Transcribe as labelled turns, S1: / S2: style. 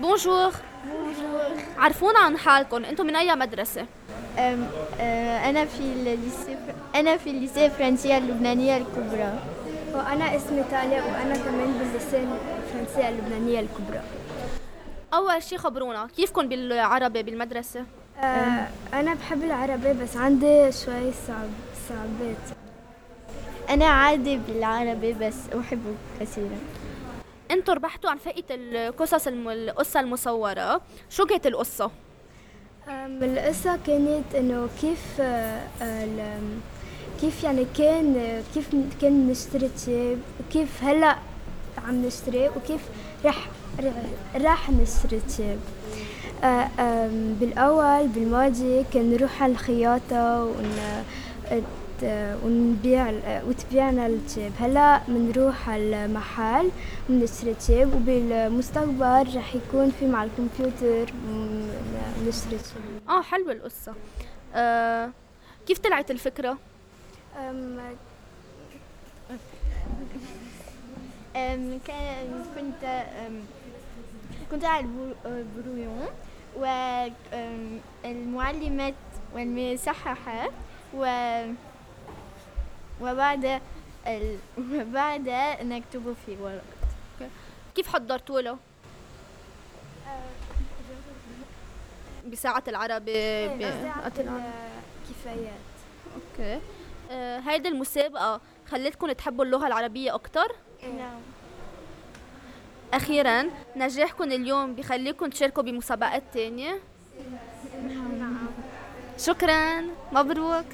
S1: بونجور عرفونا عن حالكم انتم من اي مدرسه
S2: أم- آه، أنا في الليسي أنا في الليسي الفرنسية اللبنانية الكبرى
S3: وأنا اسمي تاليا وأنا كمان باللسان الفرنسية اللبنانية الكبرى
S1: اول شي خبرونا كيفكم بالعربي بالمدرسه
S3: آه أنا بحب العربي بس عندي شوي صعب صعوبات
S2: أنا عادي بالعربي بس أحبه كثيرا
S1: انتم ربحتوا عن فئه القصص الم... القصه المصوره شو كانت القصه
S3: آم، القصة كانت إنه كيف آه، آه، ال- كيف يعني كان آه، كيف كان نشتري تياب وكيف هلا عم نشتري وكيف رح رح- رح نشتري تياب آه، آم، بالأول بالماضي كان نروح على الخياطة ون ات- ونبيع ال- وتبيعنا التياب هلا بنروح على المحل بنشتري تياب وبالمستقبل رح يكون في مع الكمبيوتر بن- بنشتري تياب
S1: اه حلوه القصه آه... كيف طلعت الفكره
S3: أم،
S2: أم، كان كنت أم، كنت على البرو- البرويون والمعلمة والمصححة و وبعد ال... وبعد نكتب في ورق
S1: كيف حضرتوا له بساعة
S3: إيه،
S1: العربي ب...
S3: بتاعت الكفايات
S1: اوكي آه، هيدي المسابقة خلتكم تحبوا اللغة العربية أكتر؟
S2: نعم
S1: أخيرا نجاحكم اليوم بخليكم تشاركوا بمسابقات تانية؟ نعم شكرا مبروك